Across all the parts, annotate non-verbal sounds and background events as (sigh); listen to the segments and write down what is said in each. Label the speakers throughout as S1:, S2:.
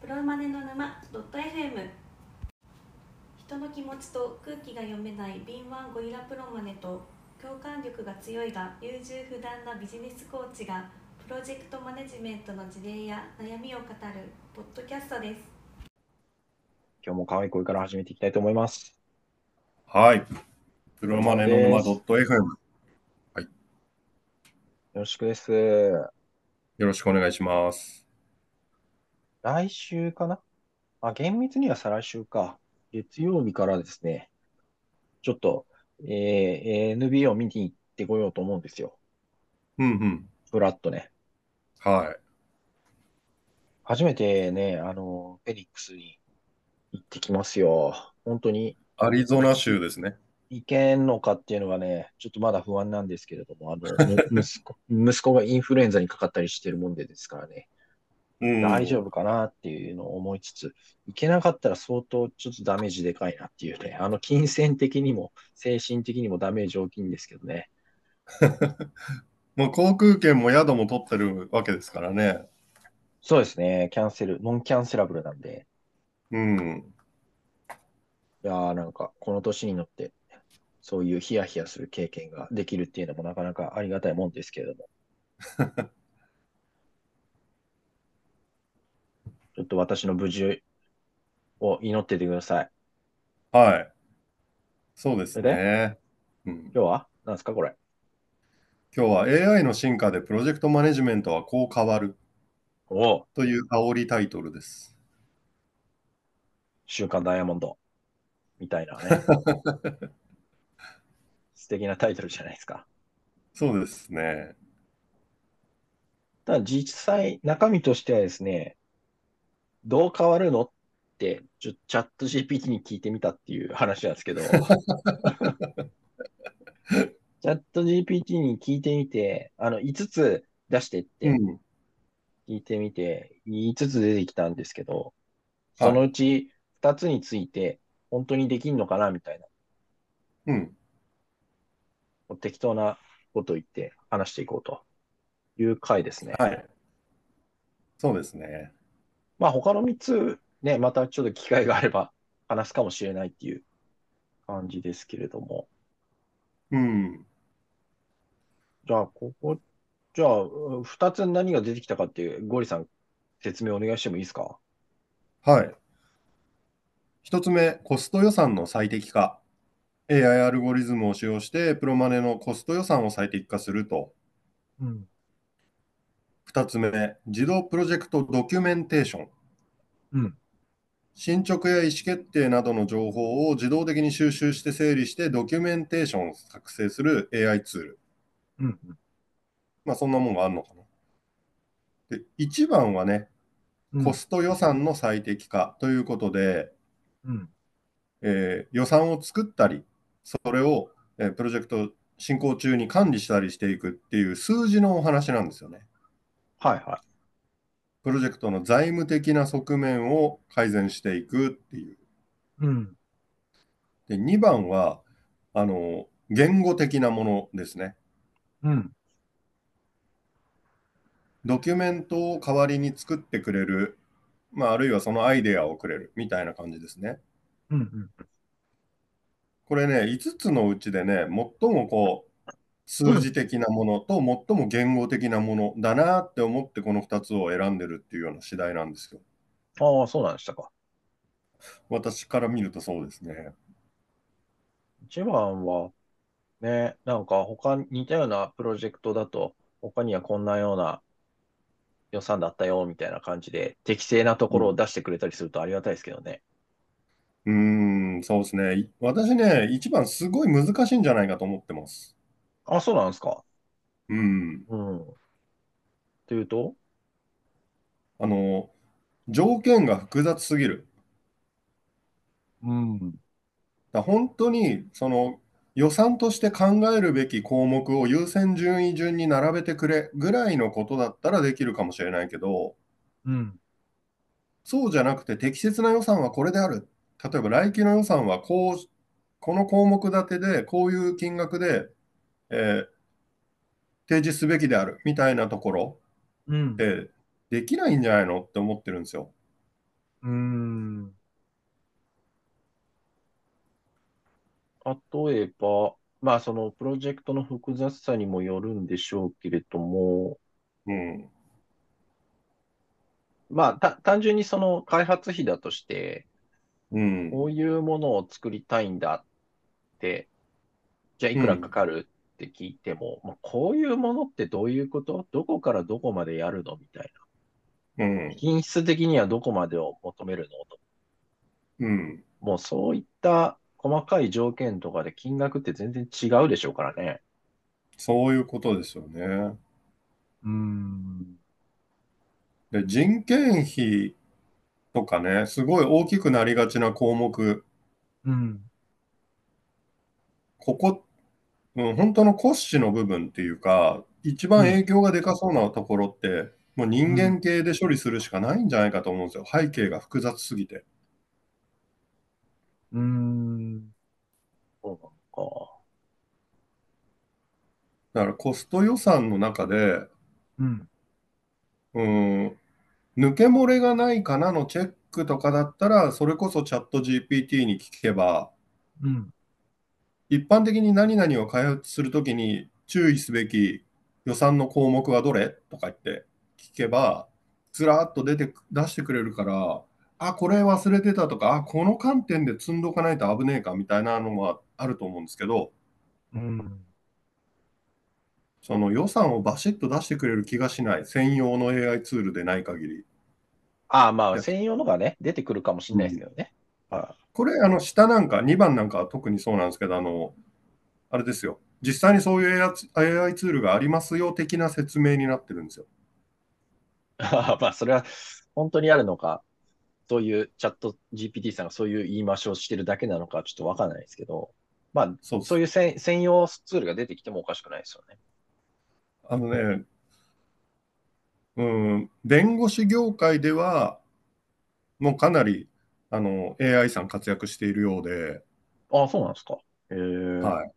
S1: プロマネの沼ドット FM 人の気持ちと空気が読めない敏腕ゴリラプロマネと共感力が強いが優柔不断なビジネスコーチがプロジェクトマネジメントの事例や悩みを語るポッドキャストです
S2: 今日も可愛い声から始めていきたいと思います。
S3: はい。プロマネの沼 .fm。
S2: よろしくです。
S3: よろしくお願いします。
S2: 来週かなあ、厳密には再来週か。月曜日からですね、ちょっと、えー NBA を見に行ってこようと思うんですよ。
S3: うんうん。
S2: フラッとね。
S3: はい。
S2: 初めてね、あの、フェニックスに行ってきますよ。本当に
S3: アリゾナ州ですね。
S2: 行けんのかっていうのがね、ちょっとまだ不安なんですけれども、あの、む (laughs) 息子、息子がインフルエンザにかかったりしてるもんでですからね。
S3: うん
S2: 大丈夫かなっていうのを思いつつ、いけなかったら相当ちょっとダメージでかいなっていうね、あ (laughs) の金銭的にも精神的にもダメージ大きいんですけどね。
S3: もう航空券も宿も取ってるわけですからね。
S2: そうですね、キャンセル、ノンキャンセラブルなんで、
S3: うん。
S2: いやーなんかこの年になって、そういうヒヤヒヤする経験ができるっていうのもなかなかありがたいもんですけれ (laughs) ども。ちょっと私の無事を祈っててください。
S3: はい。そうですね。うん、
S2: 今日は何ですかこれ。
S3: 今日は AI の進化でプロジェクトマネジメントはこう変わる
S2: おう
S3: という煽りタイトルです。
S2: 週刊ダイヤモンドみたいな
S3: (laughs)
S2: ね。素敵なタイトルじゃないですか。
S3: そうですね。
S2: ただ実際、中身としてはですね、どう変わるのって、ちょチャット GPT に聞いてみたっていう話なんです
S3: (laughs)
S2: けど、チャット GPT に聞いてみて、あの、5つ出してって
S3: うん。
S2: 聞いてみて、5つ出てきたんですけど、
S3: は
S2: そ
S3: い
S2: のうち2つについて、本当にできんのかなみたいな。
S3: うん。
S2: もう適当なこと言って話していこうという回ですね。
S3: はい。そうですね。
S2: まあ他の3つね、またちょっと機会があれば話すかもしれないっていう感じですけれども。
S3: うん。
S2: じゃあここ、じゃあうん2つ何が出てきたかっていう、ゴリさん説明お願いしてもいいですか
S3: はい。一つ目、コスト予算の最適化。AI アルゴリズムを使用して、プロマネのコスト予算を最適化すると。
S2: うん。
S3: 二つ目、自動プロジェクトドキュメンテーション。
S2: うん。
S3: 進捗や意思決定などの情報を自動的に収集して整理して、ドキュメンテーションを作成する AI ツール。
S2: うん。
S3: まあ、そんなもんがあるのかな。で、一番はね、
S2: うん
S3: コスト予算の最適化ということで、
S2: うん。
S3: えー予算を作ったり、それを、えープロジェクト進行中に管理したりしていくっていう数字のお話なんですよね。
S2: はいはい。
S3: プロジェクトの財務的な側面を改善していくっていう。
S2: うん。
S3: で、2番は、あの、言語的なものですね。
S2: うん。
S3: ドキュメントを代わりに作ってくれる、まあ、あるいはそのアイデアをくれるみたいな感じですね。
S2: うん。
S3: これね、5つのうちでね、最もこう、数字的なものと最も言語的なものだなって思ってこの2つを選んでるっていうような次第なんですよ。
S2: ああ、そうなんでしたか。
S3: 私から見るとそうですね。
S2: 一番は、ね、なんか他に似たようなプロジェクトだと、他にはこんなような予算だったよみたいな感じで、適正なところを出してくれたりするとありがたいですけどね。
S3: うーん、そうですね。い私ね、一番すごい難しいんじゃないかと思ってます。
S2: あ、そうなんですか。
S3: うん。
S2: うん。というと、
S3: あの、条件が複雑すぎる。
S2: うん。
S3: だ本当に、その、予算として考えるべき項目を優先順位順に並べてくれぐらいのことだったらできるかもしれないけど、
S2: うん。
S3: そうじゃなくて適切な予算はこれである。例えば来期の予算はこう、この項目立てでこういう金額で、えー提示すべきであるみたいなところ
S2: うん
S3: っ。てできないんじゃないのって思ってるんですよ。
S2: うーん。例えば、まあそのプロジェクトの複雑さにもよるんでしょうけれども、
S3: うん。
S2: まあた単純にその開発費だとして、
S3: うん。
S2: こういうものを作りたいんだって、じゃあいくらかかるって聞いても、まあこういうものってどういうことどこからどこまでやるのみたい
S3: うん
S2: な。。品質的にはどこまでを求めるのと
S3: うん。
S2: もうそういった細かい条件とかで金額って全然違うでしょうからね。
S3: そういうことですよね。
S2: うーん。
S3: で、人件費とかね、すごい大きくなりがちな項目、
S2: うん。
S3: ここ、うん、本当の骨子の部分っていうか、一番影響がでかそうなところって、もう人間系で処理するしかないんじゃないかと思うんですよ。背景が複雑すぎて。
S2: うーん。そうなのか。
S3: だからコスト予算の中で、
S2: うん。
S3: うん、抜け漏れがないかなのチェックとかだったら、それこそチャット GPT に聞けば、
S2: うん。
S3: 一般的に何々を開発するときに注意すべき予算の項目はどれとか言って聞けば、ずらーっと出てく、出してくれるから、あ、これ忘れてたとか、あ、この観点で積んどかないと危ねえかみたいなのはあると思うんですけど、
S2: うん。
S3: その予算をバシッと出してくれる気がしない、専用の AI ツールでない限り。
S2: ああ、まあ、専用のがね、出てくるかもしれないですけどね。は
S3: これ、あの、下なんか、2番なんかは特にそうなんですけど、あの、あれですよ。実際にそういう AI ツ AI ツールがありますよ的な説明になってるんですよ。
S2: い。 (laughs) まあ、それは本当にあるのか、そういうチャット GPT さんがそういう言い回しをしてるだけなのか、ちょっとわかんないですけど、まあ、
S3: そう
S2: そういう専専用ツールが出てきてもおかしくないですよね。
S3: あのね、うん、弁護士業界では、もうかなり、あの、AI さん活躍しているようで、
S2: ああ、そうなんですか。へえ。
S3: はい。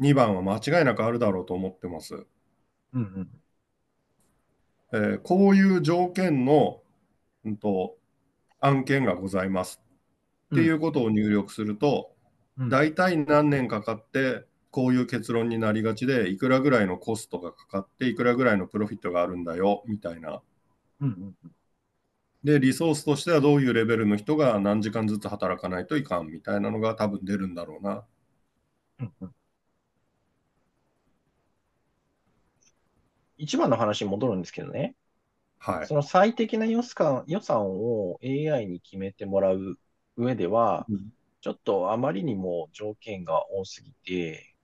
S3: 2番は間違いなくあるだろうと思ってます。
S2: うんうん。
S3: えーこういう条件の、うんと、案件がございますっていうことを入力すると、
S2: うん
S3: 大体何年かかって、こういう結論になりがちで、いくらぐらいのコストがかかって、いくらぐらいのプロフィットがあるんだよ、みたいな。
S2: うんうん。
S3: で、リソースとしてはどういうレベルの人が何時間ずつ働かないといかんみたいなのが多分出るんだろうな。
S2: うんうん一番の話に戻るんですけどね、
S3: はい
S2: そ。の最適な予算予算を AI に決めてもらう上では、ちょっとあまりにも条件が多すぎて、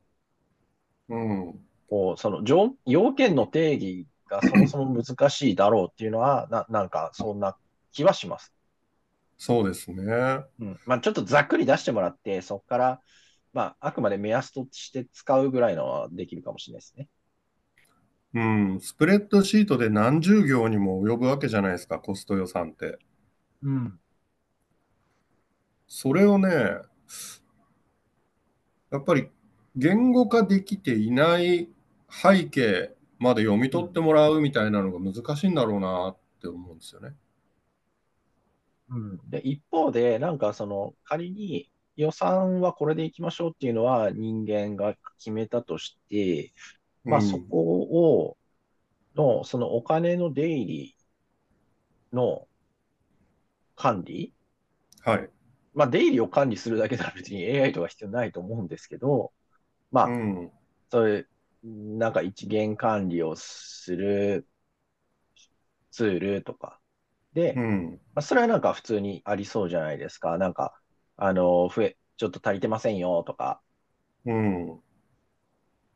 S3: うん。
S2: こうその条要件の定義がそもそも難しいだろうっていうのは、 (laughs) ななんかそんな気はします。
S3: そうですね。
S2: うんまあ、ちょっとざっくり出してもらって、そこから、まあ、あくまで目安として使うぐらいのはできるかもしれないですね。
S3: うん。スプレッドシートで何十行にも及ぶわけじゃないですか、コスト予算って。
S2: うん、
S3: それをね、やっぱり言語化できていない背景まで読み取ってもらうみたいなのが難しいんだろうなって思うんですよね。
S2: うん、で一方で、なんかその仮に予算はこれでいきましょうっていうのは人間が決めたとして、まあ、
S3: うん
S2: そこをの、そのお金の出入りの管理、
S3: はい。
S2: まあ、出入りを管理するだけなら別に AI とか必要ないと思うんですけど、まあ
S3: う、ん。
S2: そういう、なんか一元管理をするツールとか。で、
S3: うん。
S2: まあ、それはなんか普通にありそうじゃないですか。なんか、あの、増え、ちょっと足りてませんよとか、
S3: うん。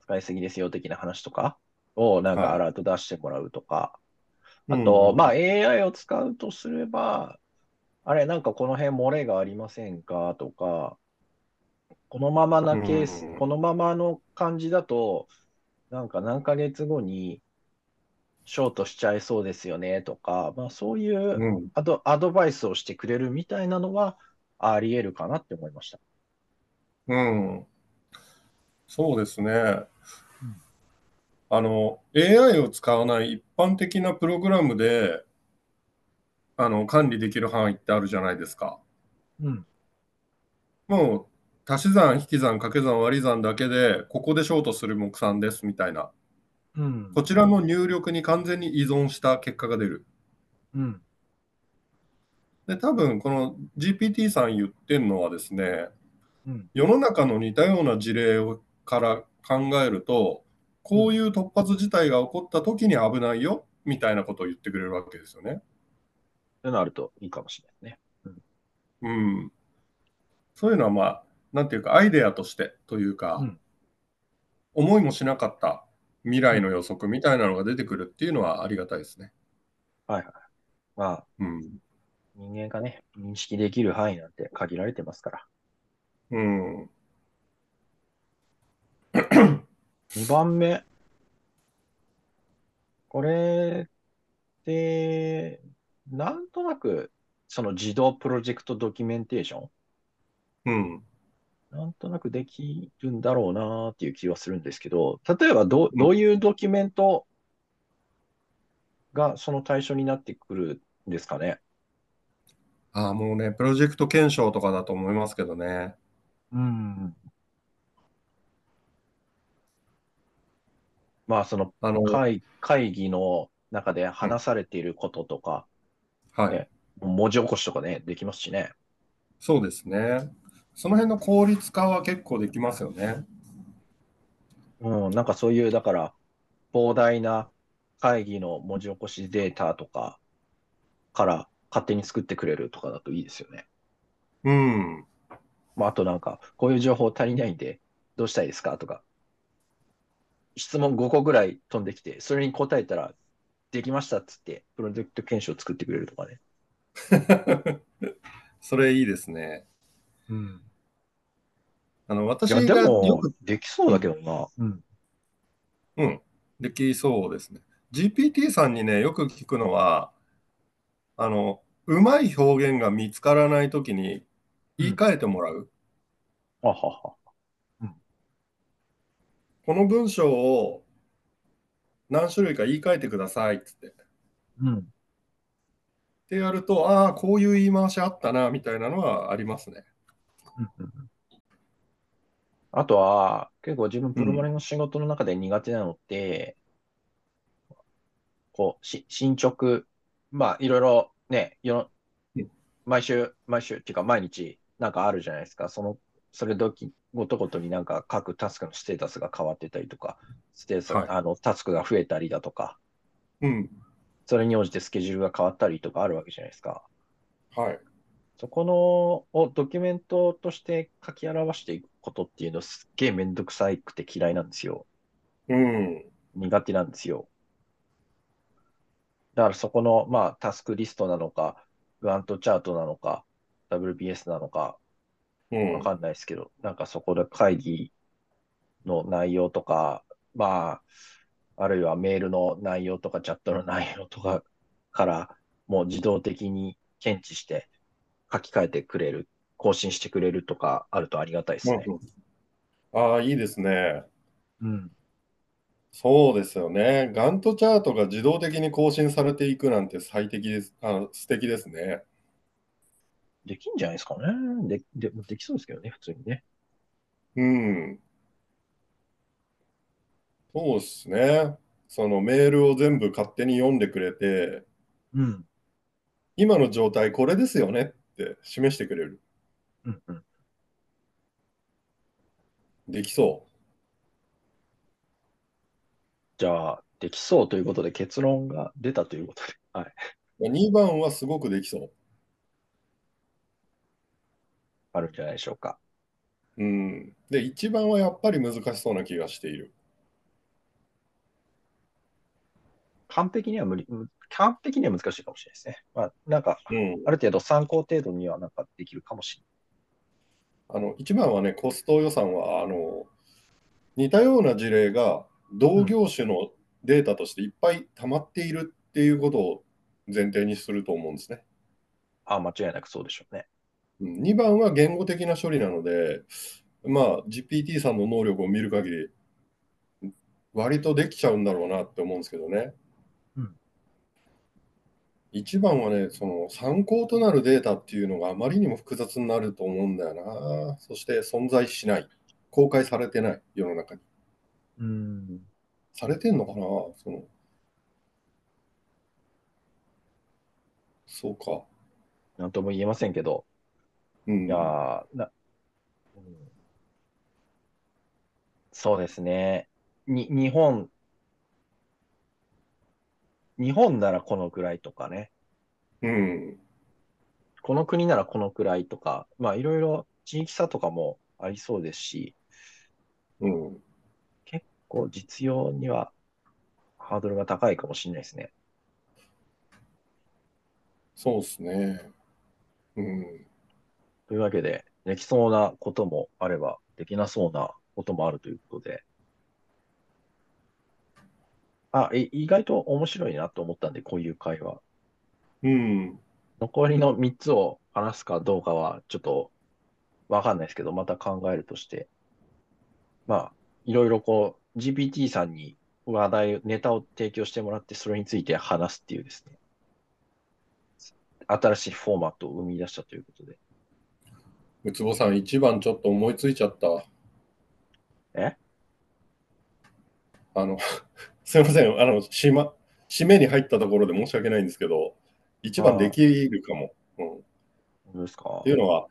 S2: 使いすぎですよ的な話とかをなん
S3: はい
S2: かアラート出してもらうとか。
S3: う
S2: あ
S3: ん
S2: と、まあ AI を使うとすれば、あれ、なんかこの辺漏れがありませんかとか、このままなケース
S3: うん、
S2: このままの感じだと、なんか何ヶ月後にショートしちゃいそうですよねとか、まあそういう
S3: うん。
S2: アドアドバイスをしてくれるみたいなのはあり得るかなって思いました。
S3: うん、そうですね。あの、AI を使わない一般的なプログラムで、あの管理できる範囲ってあるじゃないですか。
S2: うん。
S3: もう足し算、引き算、掛け算、割り算だけで、ここでショートする目算ですみたいな、
S2: うん。
S3: こちらの入力に完全に依存した結果が出る。
S2: うん。
S3: で、多分この GPT さん言ってるのはですね、
S2: うん。
S3: 世の中の似たような事例をから考えると、こういう突発事態が起こった時に危ないよみたいなことを言ってくれるわけですよ
S2: っ
S3: ね。
S2: てなるといいかもしれないね。
S3: うん、そういうのはまあ、なんていうか、アイデアとしてというか、
S2: うん
S3: 思いもしなかった未来の予測みたいなのが出てくるっていうのはありがたいですね。
S2: まあ、
S3: うん。
S2: 人間がね、認識できる範囲なんて限られてますから。
S3: うん。
S2: 2番目。これって、なんとなく、その自動プロジェクトドキュメンテーショ
S3: うん。
S2: ン、なんとなくできるんだろうなっていう気はするんですけど、例えばどうどういうドキュメントがその対象になってくるんですかね。
S3: ああ、もうね、プロジェクト検証とかだと思いますけどね。
S2: うん。まあ、その
S3: あの、
S2: 会、会議の中で話されていることとか、
S3: はい。
S2: ね文字起こしとかね、できますしね。
S3: そうですね。その辺の効率化は結構できますよね。
S2: うん、なんかそういう、だから、膨大な会議の文字起こしデータとかから勝手に作ってくれるとかだといいですよね。
S3: うん。 (laughs)
S2: まあ、あとなんか、こういう情報足りないんで、どうしたいですかとか、質問5個ぐらい飛んできて、それに答えたら、できましたっつって、プロジェクト検証を作ってくれるとかね。
S3: それいいですね。
S2: うん。
S3: あの、
S2: い
S3: 私
S2: や、で
S3: がよ
S2: も
S3: く、
S2: できそうだけどな。うん。
S3: うん、できそうですね。GPT さんにね、よく聞くのは、あの、うまい表現が見つからないときに言い換えてもらう。
S2: あはは。
S3: この文章を何種類か言い換えてくださいっつって。っ
S2: うん。
S3: てやると、ああ、こういう言い回しあったな、みたいなのはありますね。
S2: あとは、結構自分、プロマネの仕事の中で苦手なのって、こう、し、進捗、まあ、いろいろね、よ
S3: う
S2: の
S3: ん、
S2: 毎週、毎週っていうか、毎日、なんかあるじゃないですか。その、それどき、ごとごとになんか各タスクのステータスが変わってたりとか、ステータス、
S3: はい
S2: あの、タスクが増えたりだとか、
S3: うん。
S2: それに応じてスケジュールが変わったりとかあるわけじゃないですか。
S3: はい。
S2: そこのをドキュメントとして書き表していくことっていうのすっげえめんどくさいくて嫌いなんですよ。
S3: うん。
S2: 苦手なんですよ。だからそこの、まあ、タスクリストなのか、グアントチャートなのか、WBS なのか、
S3: うん。
S2: わかんないですけど、なんかそこで会議の内容とか、まあ、あるいはメールの内容とか、チャットの内容とかから、もう自動的に検知して書き換えてくれる、更新してくれるとかあるとありがたいですね。
S3: うんああ、いいですね。
S2: うん。
S3: そうですよね。ガントチャートが自動的に更新されていくなんて最適です。あ、素敵ですね。
S2: できんじゃないですかね。で、で、できそうですけどね、普通にね。
S3: うん。そうですね。そのメールを全部勝手に読んでくれて、
S2: うん。
S3: 今の状態これですよねって示してくれる。
S2: うんうん。
S3: できそ
S2: じゃあ、できそうということで結論が出たということで。はい。
S3: う。2番はすごくできそ
S2: あるんじゃないでしょうか。
S3: う。うん。で、1番はやっぱり難しそうな気がしている。
S2: 完璧には無理、うん完璧には難しいかもしれないですね。まあ、なんか、
S3: うん。
S2: ある程度参考程度にはなんかできるかもし
S3: あの、1番はね、コスト予算は、あの、似たような事例が同業種のデータとしていっぱい溜まっているっていうことを前提にすると思うんですね。
S2: れない。ああ、間違いなくそうでしょうね。
S3: うん2番は言語的な処理なので、まあ、GPT さんの能力を見る限り、割とできちゃうんだろうなって思うんですけどね。
S2: うん
S3: 一番はね、その参考となるデータっていうのがあまりにも複雑になると思うんだよな。そして存在しない。公開されてない、世の中に。
S2: うん。
S3: されてんのかなその。そうか。
S2: なんとも言えませんけど、
S3: うん。
S2: いやーな、うんそうですね。に、日本、日本ならこのくらいとかね。
S3: うん。
S2: この国ならこのくらいとか、まあいろいろ地域差とかもありそうですし、
S3: うん。
S2: こう実用にはハードルが高いかもしれないですね。
S3: そうですね。うん。
S2: というわけで、できそうなこともあれば、できなそうなこともあるということで。あ、い意外と面白いなと思ったんで、こういう会話。
S3: うん。
S2: 残りの3つを話すかどうかは、ちょっとわかんないですけど、また考えるとして。まあ、いろいろこう、GPT さんに話題、ネタを提供してもらって、それについて話すっていうですね。新しいフォーマットを生み出したということで。
S3: ウツボさん、一番ちょっと思いついちゃった。
S2: え
S3: あの、 (laughs) すいません、あの、しま、締めに入ったところで申し訳ないんですけど、一
S2: あ
S3: 番
S2: あ
S3: できるかも。うん、っ
S2: どうですか
S3: ていうのは、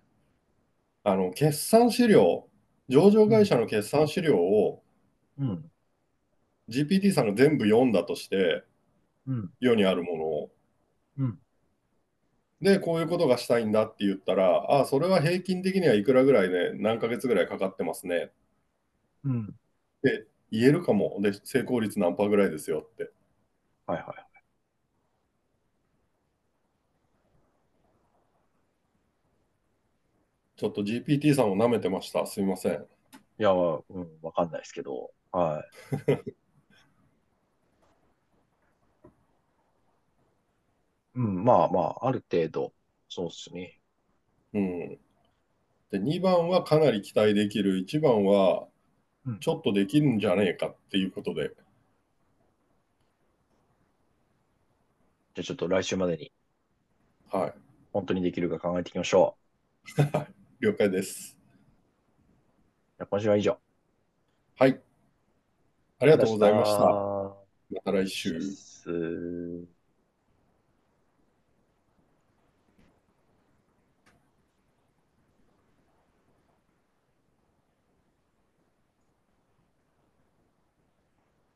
S3: あの、決算資料、上場会社の決算資料を
S2: うん。
S3: GPT さんが全部読んだとして、
S2: うん。
S3: 世にあるものを。
S2: うん。
S3: で、こういうことがしたいんだって言ったら、ああ、それは平均的にはいくらぐらいね、何ヶ月ぐらいかかってますね。
S2: うん。
S3: 言えるかも。で、成功率何パーぐらいですよって。
S2: はいはいはい。
S3: ちょっと GPT さんを舐めてました。すいません。
S2: いや、うん、わかんないですけど。はい。 (laughs) うん、まあまあ、ある程度、そうっすね。
S3: うん。で、2番はかなり期待できる。1番は
S2: うん
S3: ちょっとできるんじゃねえかっていうことで。
S2: じゃあちょっと来週までに
S3: はい。
S2: 本当にできるか考えていきましょ
S3: 了解です。
S2: う。じゃあ今週は以上。あ
S3: はい。ありがとうございました。
S2: りがとうご
S3: また来
S2: ざい
S3: 週
S2: ま。した。